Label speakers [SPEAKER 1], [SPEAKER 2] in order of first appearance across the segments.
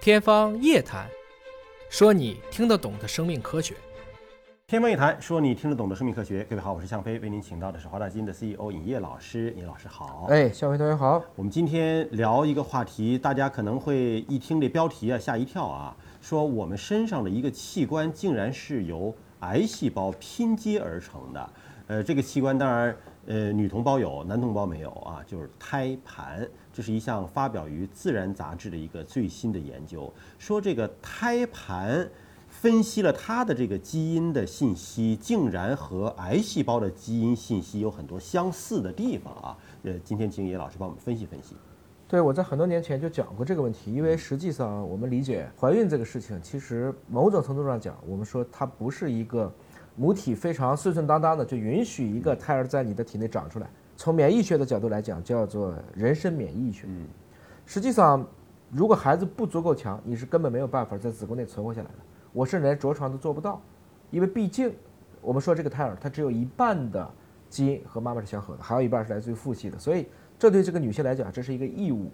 [SPEAKER 1] 天方夜谭，说你听得懂的生命科学。
[SPEAKER 2] 天方夜谭，说你听得懂的生命科学。各位好，我是向飞，为您请到的是华大基因的 CEO 尹烨老师。尹老师好。
[SPEAKER 3] 哎，小飞同学好。
[SPEAKER 2] 我们今天聊一个话题，大家可能会一听这标题啊吓一跳啊，说我们身上的一个器官竟然是由癌细胞拼接而成的。呃，这个器官当然，呃，女同胞有，男同胞没有啊，就是胎盘。这是一项发表于《自然》杂志的一个最新的研究，说这个胎盘分析了它的这个基因的信息，竟然和癌细胞的基因信息有很多相似的地方啊。呃，今天请野老师帮我们分析分析。
[SPEAKER 3] 对，我在很多年前就讲过这个问题，因为实际上我们理解怀孕这个事情，其实某种程度上讲，我们说它不是一个母体非常顺顺当当的就允许一个胎儿在你的体内长出来。从免疫学的角度来讲，叫做人身免疫学。
[SPEAKER 2] 嗯，
[SPEAKER 3] 实际上，如果孩子不足够强，你是根本没有办法在子宫内存活下来的。我甚至连着床都做不到，因为毕竟我们说这个胎儿，它只有一半的基因和妈妈是相合的，还有一半是来自于父系的，所以这对这个女性来讲，这是一个义务。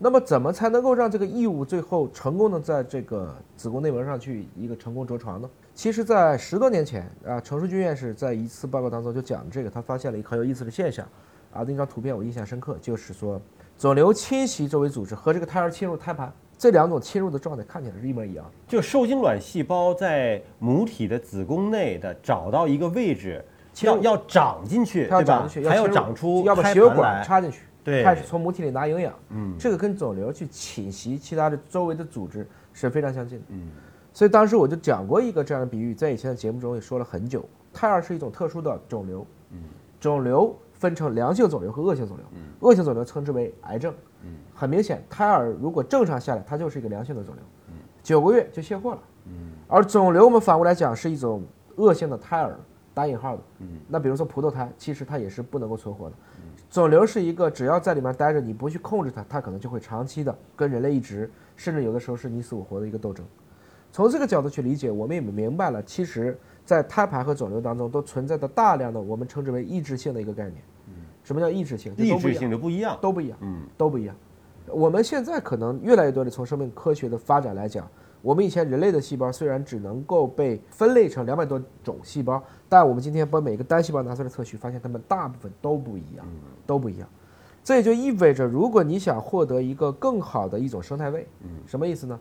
[SPEAKER 3] 那么，怎么才能够让这个义务最后成功的在这个子宫内膜上去一个成功着床呢？其实，在十多年前啊，程淑君院士在一次报告当中就讲这个，他发现了一个很有意思的现象啊，那张图片我印象深刻，就是说肿瘤侵袭周围组织和这个胎儿侵入胎盘这两种侵入的状态看起来是一模一样的。
[SPEAKER 2] 就受精卵细胞在母体的子宫内的找到一个位置，
[SPEAKER 3] 切入
[SPEAKER 2] 要要长进去，
[SPEAKER 3] 它要
[SPEAKER 2] 对吧？
[SPEAKER 3] 长进去，
[SPEAKER 2] 还
[SPEAKER 3] 要
[SPEAKER 2] 要
[SPEAKER 3] 切入
[SPEAKER 2] 长出
[SPEAKER 3] 要把
[SPEAKER 2] 胎
[SPEAKER 3] 血
[SPEAKER 2] 盘
[SPEAKER 3] 管
[SPEAKER 2] 来
[SPEAKER 3] 插进去，
[SPEAKER 2] 对
[SPEAKER 3] 开始从母体里拿营养。
[SPEAKER 2] 嗯，
[SPEAKER 3] 这个跟肿瘤去侵袭其他的周围的组织是非常相近的。
[SPEAKER 2] 嗯，
[SPEAKER 3] 所以当时我就讲过一个这样的比喻，在以前的节目中也说了很久。胎儿是一种特殊的肿瘤，嗯，肿瘤分成良性肿瘤和恶性肿瘤，嗯，恶性肿瘤称之为癌症，嗯，很明显，胎儿如果正常下来，它就是一个良性的肿瘤，嗯，九个月就卸货了，嗯，而肿瘤我们反过来讲是一种恶性的胎儿，打引号的，嗯，那比如说葡萄胎，其实它也是不能够存活的，
[SPEAKER 2] 嗯
[SPEAKER 3] 肿瘤是一个只要在里面待着，你不去控制它，它可能就会长期的跟人类一直，甚至有的时候是你死我活的一个斗争。从这个角度去理解，我们也明白了，其实，在胎盘和肿瘤当中都存在着大量的我们称之为抑制性的一个概念。什么叫抑制性？
[SPEAKER 2] 嗯
[SPEAKER 3] 就
[SPEAKER 2] 抑
[SPEAKER 3] 都不
[SPEAKER 2] 制
[SPEAKER 3] 一样
[SPEAKER 2] 性就不一样。
[SPEAKER 3] 都不一样，
[SPEAKER 2] 嗯，
[SPEAKER 3] 都不一样。我们现在可能越来越多的从生命科学的发展来讲，我们以前人类的细胞虽然只能够被分类成两百多种细胞，但我们今天把每个单细胞拿出来测序，发现它们大部分都不一样，
[SPEAKER 2] 嗯
[SPEAKER 3] 都不一样。这也就意味着，如果你想获得一个更好的一种生态位，什么意思呢？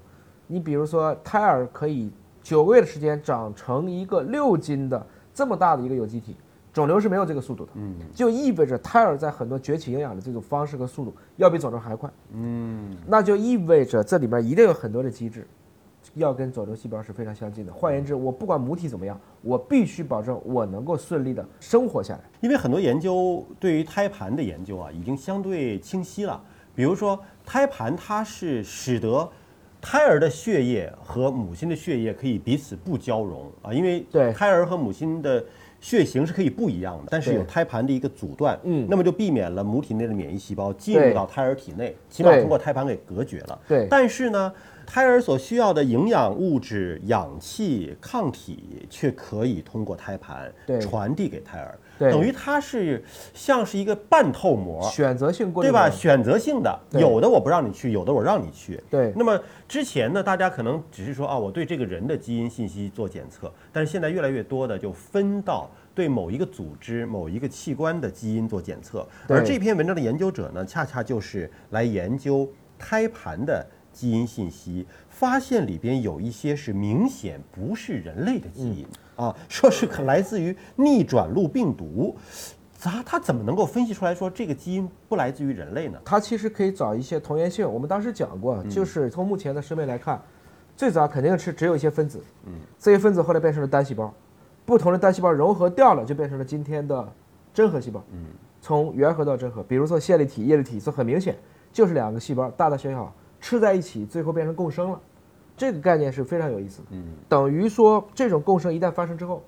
[SPEAKER 3] 你比如说，胎儿可以九个月的时间长成一个六斤的这么大的一个有机体，肿瘤是没有这个速度的，嗯，就意味着胎儿在很多攫取营养的这种方式和速度要比肿瘤还快，嗯，那就意味着这里面一定有很多的机制，要跟肿瘤细胞是非常相近的。换言之，我不管母体怎么样，我必须保证我能够顺利的生活下来。
[SPEAKER 2] 因为很多研究对于胎盘的研究啊，已经相对清晰了。比如说，胎盘它是使得胎儿的血液和母亲的血液可以彼此不交融啊，因为
[SPEAKER 3] 对
[SPEAKER 2] 胎儿和母亲的血型是可以不一样的，但是
[SPEAKER 3] 对
[SPEAKER 2] 有胎盘的一个阻断，
[SPEAKER 3] 嗯
[SPEAKER 2] 那么就避免了母体内的免疫细胞进入
[SPEAKER 3] 对
[SPEAKER 2] 到胎儿体内，起码
[SPEAKER 3] 对
[SPEAKER 2] 通过胎盘给隔绝了。
[SPEAKER 3] 对
[SPEAKER 2] 但是呢，胎儿所需要的营养物质、氧气、抗体却可以通过胎盘
[SPEAKER 3] 对
[SPEAKER 2] 传递给胎儿，
[SPEAKER 3] 对
[SPEAKER 2] 等于它是像是一个半透膜，
[SPEAKER 3] 选择性过
[SPEAKER 2] 对
[SPEAKER 3] 滤
[SPEAKER 2] 吧？
[SPEAKER 3] 法，
[SPEAKER 2] 选择性的，
[SPEAKER 3] 对
[SPEAKER 2] 有的我不让你去，有的我让你去。
[SPEAKER 3] 对
[SPEAKER 2] 那么之前呢，大家可能只是说啊，我对这个人的基因信息做检测，但是现在越来越多的就分到对某一个组织、某一个器官的基因做检测。
[SPEAKER 3] 对
[SPEAKER 2] 而这篇文章的研究者呢，恰恰就是来研究胎盘的基因信息，发现里边有一些是明显不是人类的基
[SPEAKER 3] 嗯
[SPEAKER 2] 因、啊，说是可来自于逆转录病毒。咋他怎么能够分析出来说这个基因不来自于人类呢？
[SPEAKER 3] 它其实可以找一些同源性。我们当时讲过，就是从目前的生命来看，最早肯定是只有一些分子，嗯，这些分子后来变成了单细胞，不同的单细胞融合掉了，就变成了今天的真核细胞，嗯，从原核到真核，比如说线粒体、叶粒体，这很明显就是两个细胞大大小小吃在一起，最后变成共生了。这个概念是非常有意思的，嗯，等于说这种共生一旦发生之后，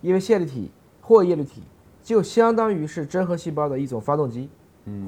[SPEAKER 3] 因为线粒体或叶粒体就相当于是真核细胞的一种发动机，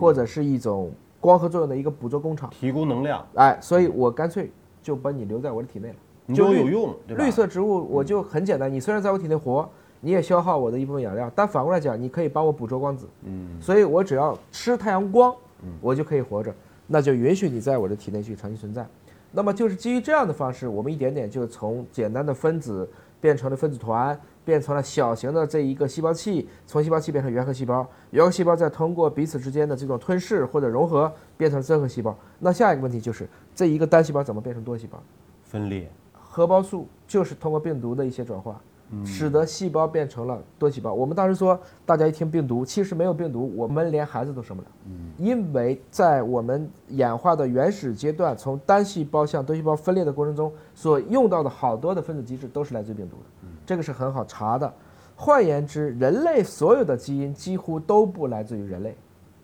[SPEAKER 3] 或者是一种光合作用的一个捕捉工厂。
[SPEAKER 2] 提供能量，
[SPEAKER 3] 哎，所以我干脆就把你留在我的体内了，
[SPEAKER 2] 你
[SPEAKER 3] 就
[SPEAKER 2] 都
[SPEAKER 3] 绿
[SPEAKER 2] 有用，对吧？
[SPEAKER 3] 绿色植物我就很简单，你虽然在我体内活，你也消耗我的一部分养料，但反过来讲，你可以帮我捕捉光子，嗯，所以我
[SPEAKER 2] 嗯
[SPEAKER 3] 只要吃太阳光，我就可以活着，那就允许你在我的体内去长期存在。那么就是基于这样的方式，我们一点点就从简单的分子变成了分子团，变成了小型的这一个细胞器，从细胞器变成原核细胞，原核细胞再通过彼此之间的这种吞噬或者融合，变成真核细胞。那下一个问题就是这一个单细胞怎么变成多细胞？
[SPEAKER 2] 分裂。
[SPEAKER 3] 核包素就是通过病毒的一些转化，使得细胞变成了多细胞。我们当时说，大家一听病毒，其实没有病毒，我们连孩子都生不了，因为在我们演化的原始阶段，从单细胞向多细胞分裂的过程中，所用到的好多的分子机制都是来自于病毒的，这个是很好查的。换言之，人类所有的基因几乎都不来自于人类，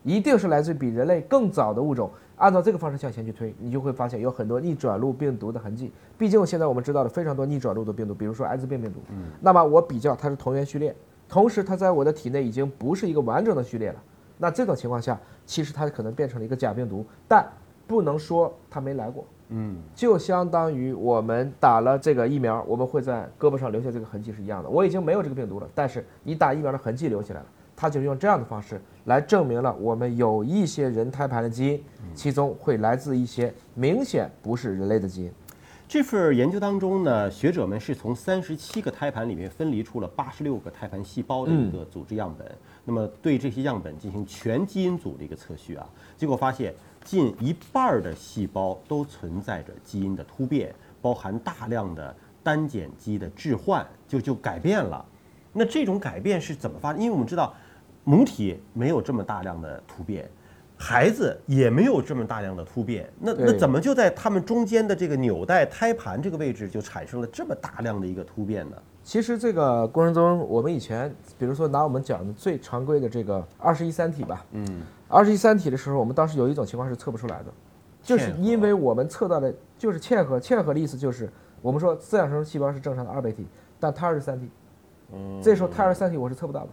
[SPEAKER 3] 一定是来自于比人类更早的物种。按照这个方式向前去推，你就会发现有很多逆转录病毒的痕迹。毕竟现在我们知道了非常多逆转录的病毒，比如说艾滋病病毒。那么我比较它是同源序列，同时它在我的体内已经不是一个完整的序列了。那这种情况下，其实它可能变成了一个假病毒，但不能说它没来过。
[SPEAKER 2] 嗯，
[SPEAKER 3] 就相当于我们打了这个疫苗，我们会在胳膊上留下这个痕迹是一样的。我已经没有这个病毒了，但是你打疫苗的痕迹留起来了，它就是用这样的方式来证明了我们有一些人胎盘的基因，其中会来自一些明显不是人类的基因。
[SPEAKER 2] 这份研究当中呢，学者们是从三十七个胎盘里面分离出了八十六个胎盘细胞的一个组织样本，那么对这些样本进行全基因组的一个测序啊，结果发现近一半儿的细胞都存在着基因的突变，包含大量的单碱基的置换，就就改变了。那这种改变是怎么发生？因为我们知道，母体没有这么大量的突变，孩子也没有这么大量的突变。那那
[SPEAKER 3] 对
[SPEAKER 2] 怎么就在他们中间的这个纽带胎盘这个位置就产生了这么大量的一个突变呢？
[SPEAKER 3] 其实这个过程中，我们以前比如说拿我们讲的最常规的这个二十一三体吧，
[SPEAKER 2] 嗯，
[SPEAKER 3] 二十一三体的时候，我们当时有一种情况是测不出来的，就是
[SPEAKER 2] 嵌合
[SPEAKER 3] 因为我们测到的就是嵌合，嵌合的意思就是我们说自然生成细胞是正常的二倍体，但胎儿是三体，
[SPEAKER 2] 嗯
[SPEAKER 3] 这时候胎儿三体我是测不到的，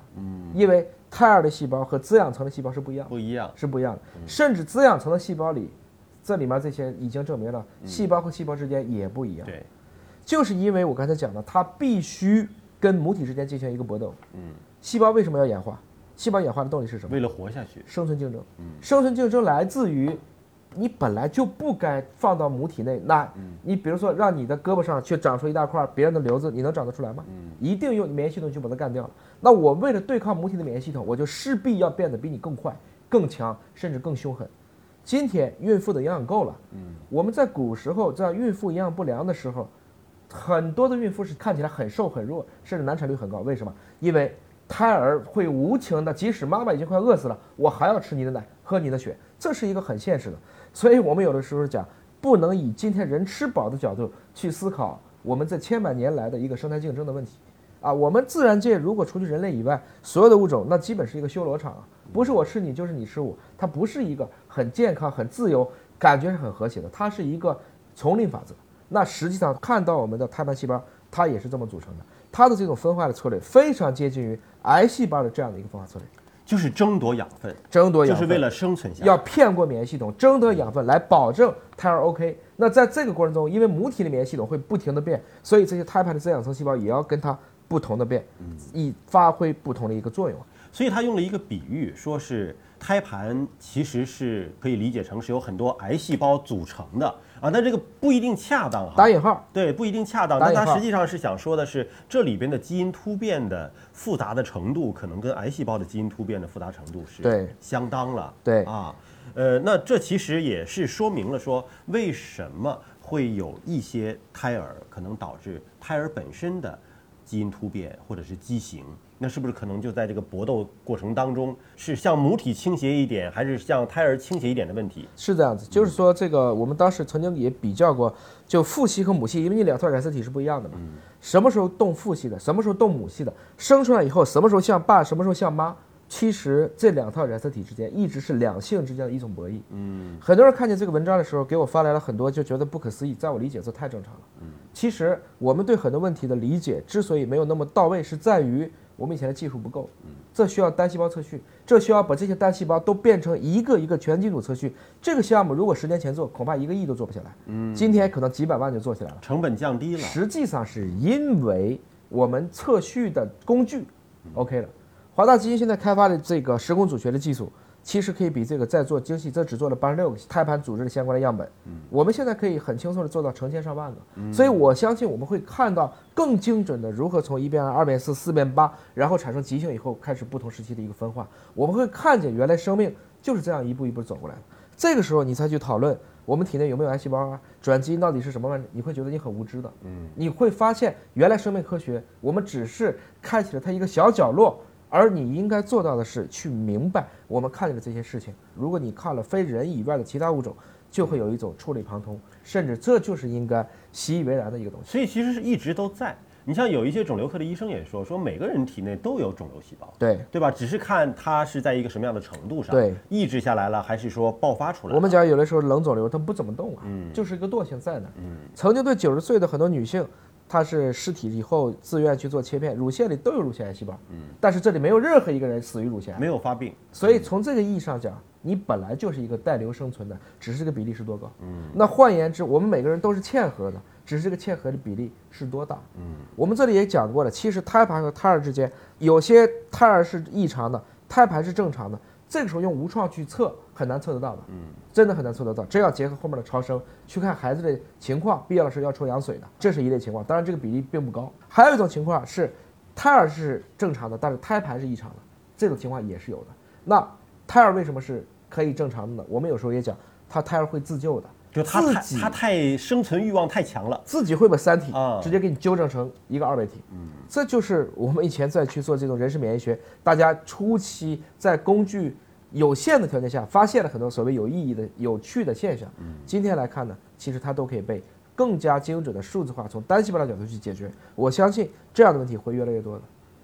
[SPEAKER 3] 因为胎儿的细胞和滋养层的细胞是不一样的。
[SPEAKER 2] 不一样。
[SPEAKER 3] 是不一样的。
[SPEAKER 2] 嗯
[SPEAKER 3] 甚至滋养层的细胞里，这里面这些已经证明了，
[SPEAKER 2] 嗯
[SPEAKER 3] 细胞和细胞之间也不一样。
[SPEAKER 2] 对，
[SPEAKER 3] 就是因为我刚才讲的，它必须跟母体之间进行一个搏斗。
[SPEAKER 2] 嗯，
[SPEAKER 3] 细胞为什么要演化？细胞演化的动力是什么？
[SPEAKER 2] 为了活下去。
[SPEAKER 3] 生存竞争。生存竞争来自于你本来就不该放到母体内。那你比如说让你的胳膊上去长出一大块别人的瘤子，你能长得出来吗？一定用免疫系统去把它干掉了。那我为了对抗母体的免疫系统，我就势必要变得比你更快、更强，甚至更凶狠。今天孕妇的营养够了，我们在古时候在孕妇营养不良的时候，很多的孕妇是看起来很瘦很弱，甚至难产率很高。为什么？因为胎儿会无情的，即使妈妈已经快饿死了，我还要吃你的奶，喝你的血，这是一个很现实的。所以我们有的时候讲，不能以今天人吃饱的角度去思考我们这千百年来的一个生态竞争的问题。啊，我们自然界如果除去人类以外，所有的物种，那基本是一个修罗场啊，不是我吃你，就是你吃我，它不是一个很健康、很自由，感觉是很和谐的，它是一个丛林法则。那实际上看到我们的胎盘细胞，它也是这么组成的，它的这种分化的策略非常接近于癌细胞的这样的一个分化策略，
[SPEAKER 2] 就是争夺养分，
[SPEAKER 3] 争夺
[SPEAKER 2] 就
[SPEAKER 3] 养
[SPEAKER 2] 是
[SPEAKER 3] 分，
[SPEAKER 2] 为了生存下来。
[SPEAKER 3] 要骗过免疫系统，争得养分来保证胎儿 OK。那在这个过程中，因为母体的免疫系统会不停的变，所以这些胎盘的滋养层细胞也要跟它不同的变，以发挥不同的一个作用。
[SPEAKER 2] 所以他用了一个比喻，说是胎盘其实是可以理解成是由很多癌细胞组成的啊，但这个不一定恰当哈。
[SPEAKER 3] 打引号，
[SPEAKER 2] 对，不一定恰当，
[SPEAKER 3] 打
[SPEAKER 2] 但
[SPEAKER 3] 引号
[SPEAKER 2] 他实际上是想说的是，这里边的基因突变的复杂的程度，可能跟癌细胞的基因突变的复杂程度
[SPEAKER 3] 对
[SPEAKER 2] 是相当了。
[SPEAKER 3] 对
[SPEAKER 2] 啊，呃，那这其实也是说明了说为什么会有一些胎儿可能导致胎儿本身的基因突变或者是畸形。那是不是可能就在这个搏斗过程当中，是向母体倾斜一点，还是向胎儿倾斜一点的问题？
[SPEAKER 3] 是这样子，就是说这个我们当时曾经也比较过，就父系和母系，因为你两套染色体是不一样的嘛。什么时候动父系的，什么时候动母系的，生出来以后什么时候像爸，什么时候像妈，其实这两套染色体之间一直是两性之间的一种博弈。嗯，很多人看见这个文章的时候，给我发来了很多，就觉得不可思议。在我理解，这太正常了。嗯，其实我们对很多问题的理解之所以没有那么到位，是在于我们以前的技术不够。这需要单细胞测序，这需要把这些单细胞都变成一个一个全基因组测序。这个项目如果十年前做，恐怕一个亿都做不下来。嗯，今天可能几百万就做起来了。
[SPEAKER 2] 成本降低了，
[SPEAKER 3] 实际上是因为我们测序的工具 OK 了。华大基因现在开发的这个时空组学的技术，其实可以比这个在做精细，这只做了八十六个胎盘组织的相关的样本。我们现在可以很轻松的做到成千上万个，所以我相信我们会看到更精准的如何从一变二、二变四、四变八，然后产生极性以后开始不同时期的一个分化。我们会看见原来生命就是这样一步一步走过来的。这个时候你再去讨论我们体内有没有癌细胞啊，转基因到底是什么问题，你会觉得你很无知的。嗯，你会发现原来生命科学我们只是开启了它一个小角落。而你应该做到的是去明白我们看见的这些事情。如果你看了非人以外的其他物种，就会有一种触类旁通，甚至这就是应该习以为然的一个东西。
[SPEAKER 2] 所以其实是一直都在。你像有一些肿瘤科的医生也说，说每个人体内都有肿瘤细胞，
[SPEAKER 3] 对，
[SPEAKER 2] 对吧？只是看它是在一个什么样的程度上，
[SPEAKER 3] 对，
[SPEAKER 2] 抑制下来了，还是说爆发出来了？
[SPEAKER 3] 我们讲有的时候冷肿瘤它不怎么动啊，就是一个惰性在那儿。曾经对九十岁的很多女性，她是尸体以后自愿去做切片，乳腺里都有乳腺癌细胞，但是这里没有任何一个人死于乳腺癌。
[SPEAKER 2] 没有发病，
[SPEAKER 3] 所以从这个意义上讲，你本来就是一个带瘤生存的，只是这个比例是多高。嗯，那换言之，我们每个人都是嵌合的，只是这个嵌合的比例是多大。嗯，我们这里也讲过了，其实胎盘和胎儿之间有些胎儿是异常的，胎盘是正常的。这个时候用无创去测很难测得到的，嗯，真的很难测得到。真要结合后面的超声去看孩子的情况，必要的时候要抽羊水的，这是一类情况。当然这个比例并不高。还有一种情况是，胎儿是正常的，但是胎盘是异常的，这种情况也是有的。那胎儿为什么是可以正常的呢？我们有时候也讲，他胎儿会自救的，
[SPEAKER 2] 就它
[SPEAKER 3] 自
[SPEAKER 2] 太
[SPEAKER 3] 己
[SPEAKER 2] 它太生存欲望太强了。
[SPEAKER 3] 自己会把三体
[SPEAKER 2] 啊
[SPEAKER 3] 直接给你纠正成一个二倍体，嗯，这就是我们以前在去做这种人体免疫学，大家初期在工具有限的条件下，发现了很多所谓有意义的、有趣的现象。
[SPEAKER 2] 嗯
[SPEAKER 3] 今天来看呢，其实它都可以被更加精准的数字化，从单细胞的角度去解决。我相信这样的问题会越来越多的。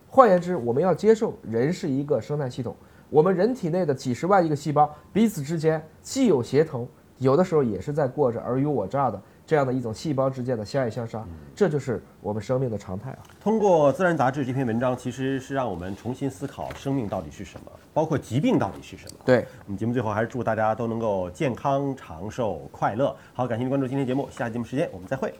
[SPEAKER 3] 换言之，我们要接受人是一个生态系统，我们人体内的几十万亿个细胞彼此之间既有协同，有的时候也是在过着尔虞我诈的这样的一种细胞之间的相爱相杀，这就是我们生命的常态啊。
[SPEAKER 2] 通过《自然》杂志这篇文章，其实是让我们重新思考生命到底是什么，包括疾病到底是什么。
[SPEAKER 3] 对，
[SPEAKER 2] 我们节目最后还是祝大家都能够健康、长寿、快乐。好，感谢您关注今天节目，下期节目时间我们再会。